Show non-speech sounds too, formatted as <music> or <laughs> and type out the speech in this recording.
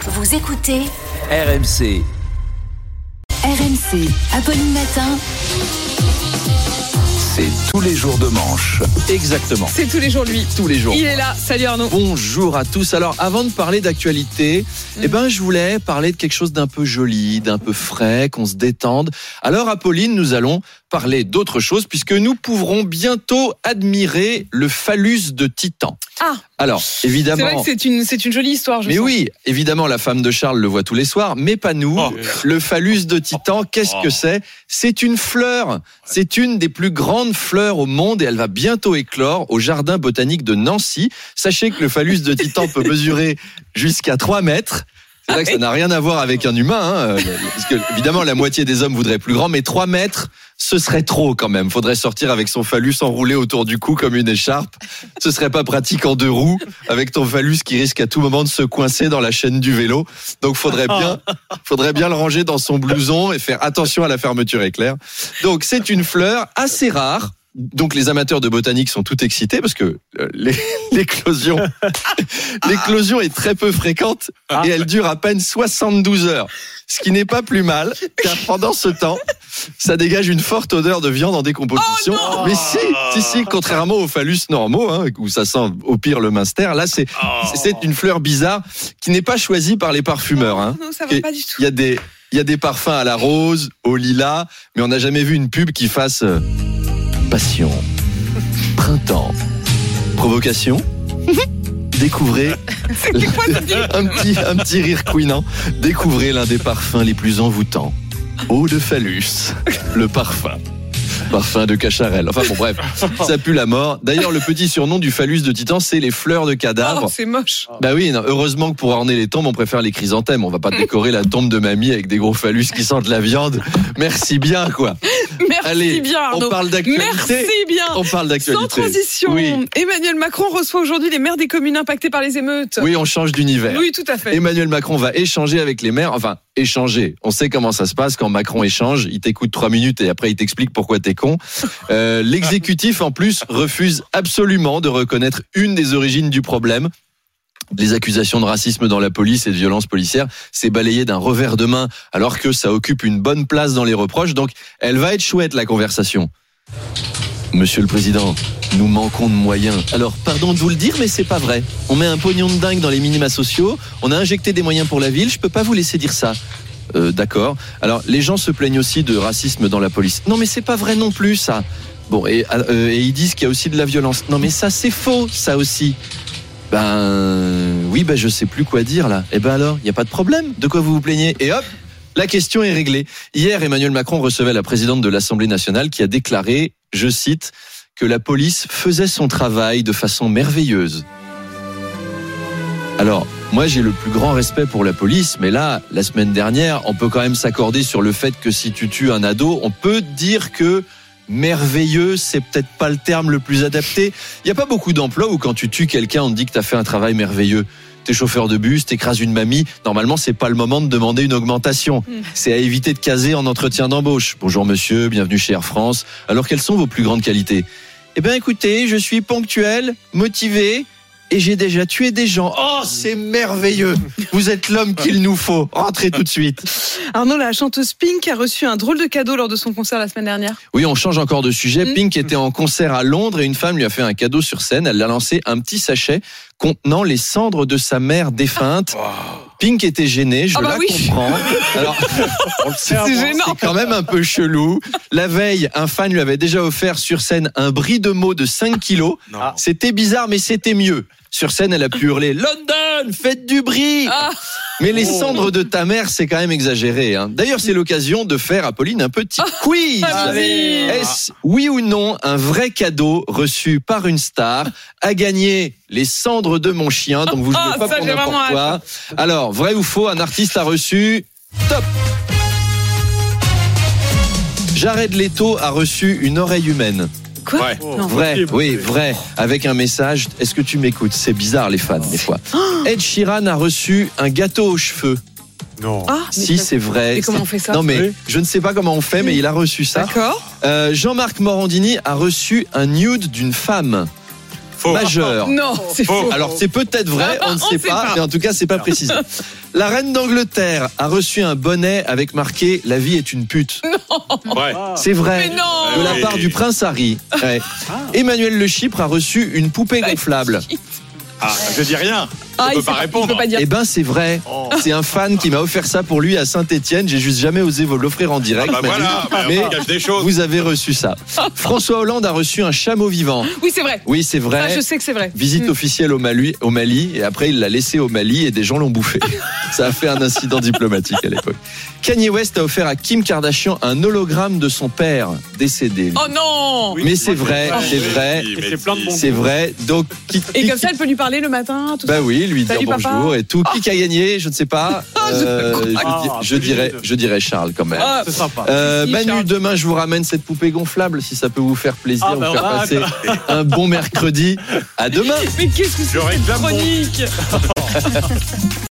Vous écoutez RMC. RMC. Apolline Matin. C'est tous les jours de manche. Exactement. C'est tous les jours lui. Tous les jours. Il est là. Salut Arnaud. Bonjour à tous. Alors, avant de parler d'actualité, eh ben, je voulais parler de quelque chose d'un peu joli, d'un peu frais, qu'on se détende. Alors, Apolline, nous allons parler d'autre chose puisque nous pourrons bientôt admirer le phallus de Titan. Ah, Alors, c'est vrai évidemment. que c'est une, c'est une jolie histoire. Je Mais sens. oui, évidemment, la femme de Charles le voit tous les soirs, mais pas nous. Le phallus de Titan, qu'est-ce que c'est C'est une fleur. C'est une des plus grandes fleurs au monde et elle va bientôt éclore au jardin botanique de Nancy. Sachez que le phallus de Titan peut mesurer jusqu'à 3 mètres. C'est vrai que ça n'a rien à voir avec un humain, hein, euh, parce que évidemment la moitié des hommes voudraient plus grand, mais 3 mètres, ce serait trop quand même. Faudrait sortir avec son phallus enroulé autour du cou comme une écharpe. Ce serait pas pratique en deux roues, avec ton phallus qui risque à tout moment de se coincer dans la chaîne du vélo. Donc faudrait bien, faudrait bien le ranger dans son blouson et faire attention à la fermeture éclair. Donc c'est une fleur assez rare. Donc les amateurs de botanique sont tout excités parce que euh, l'é- <laughs> l'éclosion, l'éclosion est très peu fréquente et elle dure à peine 72 heures. Ce qui n'est pas plus mal, car pendant ce temps, ça dégage une forte odeur de viande en décomposition. Mais si, si, si, contrairement aux phallus normaux, hein, où ça sent au pire le minster, là c'est c'est une fleur bizarre qui n'est pas choisie par les parfumeurs. hein. Non, ça va Et pas du tout. Il y a des il y a des parfums à la rose, au lilas, mais on n'a jamais vu une pub qui fasse euh, passion, printemps, provocation. Découvrez un petit un petit rire couinant. Découvrez l'un des parfums les plus envoûtants. Eau de phallus, le parfum. Parfum de cacharel. Enfin bon bref, ça pue la mort. D'ailleurs, le petit surnom du phallus de Titan, c'est les fleurs de cadavre. Oh, c'est moche. Bah oui, non, heureusement que pour orner les tombes, on préfère les chrysanthèmes. On va <laughs> pas décorer la tombe de mamie avec des gros phallus qui sentent la viande. Merci bien, quoi. Merci Allez, bien Arnaud. on parle d'actualité. Merci bien. On parle d'actualité. Sans transition. Oui, Emmanuel Macron reçoit aujourd'hui les maires des communes impactées par les émeutes. oui on change d'univers. Oui, tout à fait. Emmanuel Macron va échanger avec les maires. Enfin, échanger. On sait comment ça se passe quand Macron échange. Il t'écoute trois minutes et après il t'explique pourquoi t'es con. Euh, L'exécutif, en plus, refuse absolument de reconnaître une des origines du problème. Les accusations de racisme dans la police et de violence policière, c'est balayé d'un revers de main, alors que ça occupe une bonne place dans les reproches. Donc, elle va être chouette, la conversation. Monsieur le Président, nous manquons de moyens. Alors, pardon de vous le dire, mais c'est pas vrai. On met un pognon de dingue dans les minima sociaux, on a injecté des moyens pour la ville, je peux pas vous laisser dire ça. Euh, d'accord. Alors, les gens se plaignent aussi de racisme dans la police. Non, mais c'est pas vrai non plus, ça. Bon, et, euh, et ils disent qu'il y a aussi de la violence. Non, mais ça, c'est faux, ça aussi. Ben, oui, ben, je sais plus quoi dire, là. Eh ben alors, il n'y a pas de problème. De quoi vous vous plaignez Et hop la question est réglée. Hier, Emmanuel Macron recevait la présidente de l'Assemblée nationale qui a déclaré, je cite, que la police faisait son travail de façon merveilleuse. Alors, moi j'ai le plus grand respect pour la police, mais là, la semaine dernière, on peut quand même s'accorder sur le fait que si tu tues un ado, on peut dire que merveilleux, c'est peut-être pas le terme le plus adapté. Il n'y a pas beaucoup d'emplois où quand tu tues quelqu'un, on te dit que tu as fait un travail merveilleux. T'es chauffeur de bus, t'écrases une mamie. Normalement, c'est pas le moment de demander une augmentation. C'est à éviter de caser en entretien d'embauche. Bonjour monsieur, bienvenue chez Air France. Alors quelles sont vos plus grandes qualités Eh bien écoutez, je suis ponctuel, motivé et j'ai déjà tué des gens. Oh, c'est merveilleux Vous êtes l'homme qu'il nous faut. Rentrez tout de suite. Arnaud, la chanteuse Pink a reçu un drôle de cadeau lors de son concert la semaine dernière. Oui, on change encore de sujet. Mm. Pink était en concert à Londres et une femme lui a fait un cadeau sur scène. Elle l'a lancé un petit sachet contenant les cendres de sa mère défunte. Pink était gênée, je Ah bah la oui. <laughs> comprends. Alors, on le sait, C'est avant, gênant. c'est quand même un peu chelou. La veille, un fan lui avait déjà offert sur scène un bris de mots de 5 kilos. Non. C'était bizarre, mais c'était mieux. Sur scène, elle a pu hurler London, faites du bris Ah. Mais les cendres de ta mère, c'est quand même exagéré. hein. D'ailleurs, c'est l'occasion de faire, Apolline, un petit quiz. Ah. Vas-y. Est-ce, oui ou non, un vrai cadeau reçu par une star à gagner les cendres de mon chien Donc vous ne Ah, jouez pas ça, pour j'ai n'importe vraiment quoi. Alors, vrai ou faux, un artiste a reçu top. Jared Leto a reçu une oreille humaine. Quoi Ouais. Non. Vrai, oui, vrai. Avec un message, est-ce que tu m'écoutes C'est bizarre les fans des fois. Oh Ed Sheeran a reçu un gâteau aux cheveux. Non. Ah, mais Si ça- c'est vrai. Et comment on C'est- fait ça Non mais Oui. je ne sais pas comment on fait, mais il a reçu ça. D'accord. Euh, Jean-Marc Morandini a reçu un nude d'une femme. Faux. majeur. Oh. Non, c'est Faux. faux. Oh, Alors c'est peut-être vrai, on ne On sait sait pas, pas. mais en tout cas c'est pas <laughs> précisé. La reine d'Angleterre a reçu un bonnet avec marqué La vie est une pute. Ouais. Ah, C'est vrai. Mais non Ah. De la Oui. part du prince Harry. Ouais. Emmanuel Le Chypre a reçu une poupée Bah, gonflable. Ah, je dis rien. Ah, Je il peux pas sait- il répondre. peut pas dire. Eh ben c'est vrai. Oh. C'est un fan qui m'a offert ça pour lui à Saint-Étienne. J'ai juste jamais osé vous l'offrir en direct. Bah Manu. voilà, bah, mais on cache des choses. vous avez reçu ça. François Hollande a reçu un chameau vivant. Oui, c'est vrai. Oui, c'est Ça, vrai. je sais que c'est vrai. Mm. Visite Mm. officielle au Mali, au Mali, et après il l'a laissé au Mali et des gens l'ont bouffé. Ça a fait un incident diplomatique à l'époque. Kanye West a offert à Kim Kardashian un hologramme de son père décédé. lui. Oh non mais c'est vrai, Ah, c'est oui, vrai, oui, Et mais c'est plein de si. bonbons. c'est vrai. Donc, qui, Et qui- comme ça, elle peut lui parler le matin, tout bah oui, lui dire Salut, papa. Oh. bonjour et tout. Qui a gagné Je ne sais <laughs> pas. Euh, je, crois. di- Ah, je dirais, je dirais Charles quand même. ça. Ah, C'est sympa. Euh, si, Manu, Charles. demain je vous ramène cette poupée gonflable si ça peut vous faire plaisir, Ah, bah, vous faire on va- passer <laughs> un bon mercredi. À demain. mais qu'est-ce que c'est Je que cette réclame mon- chronique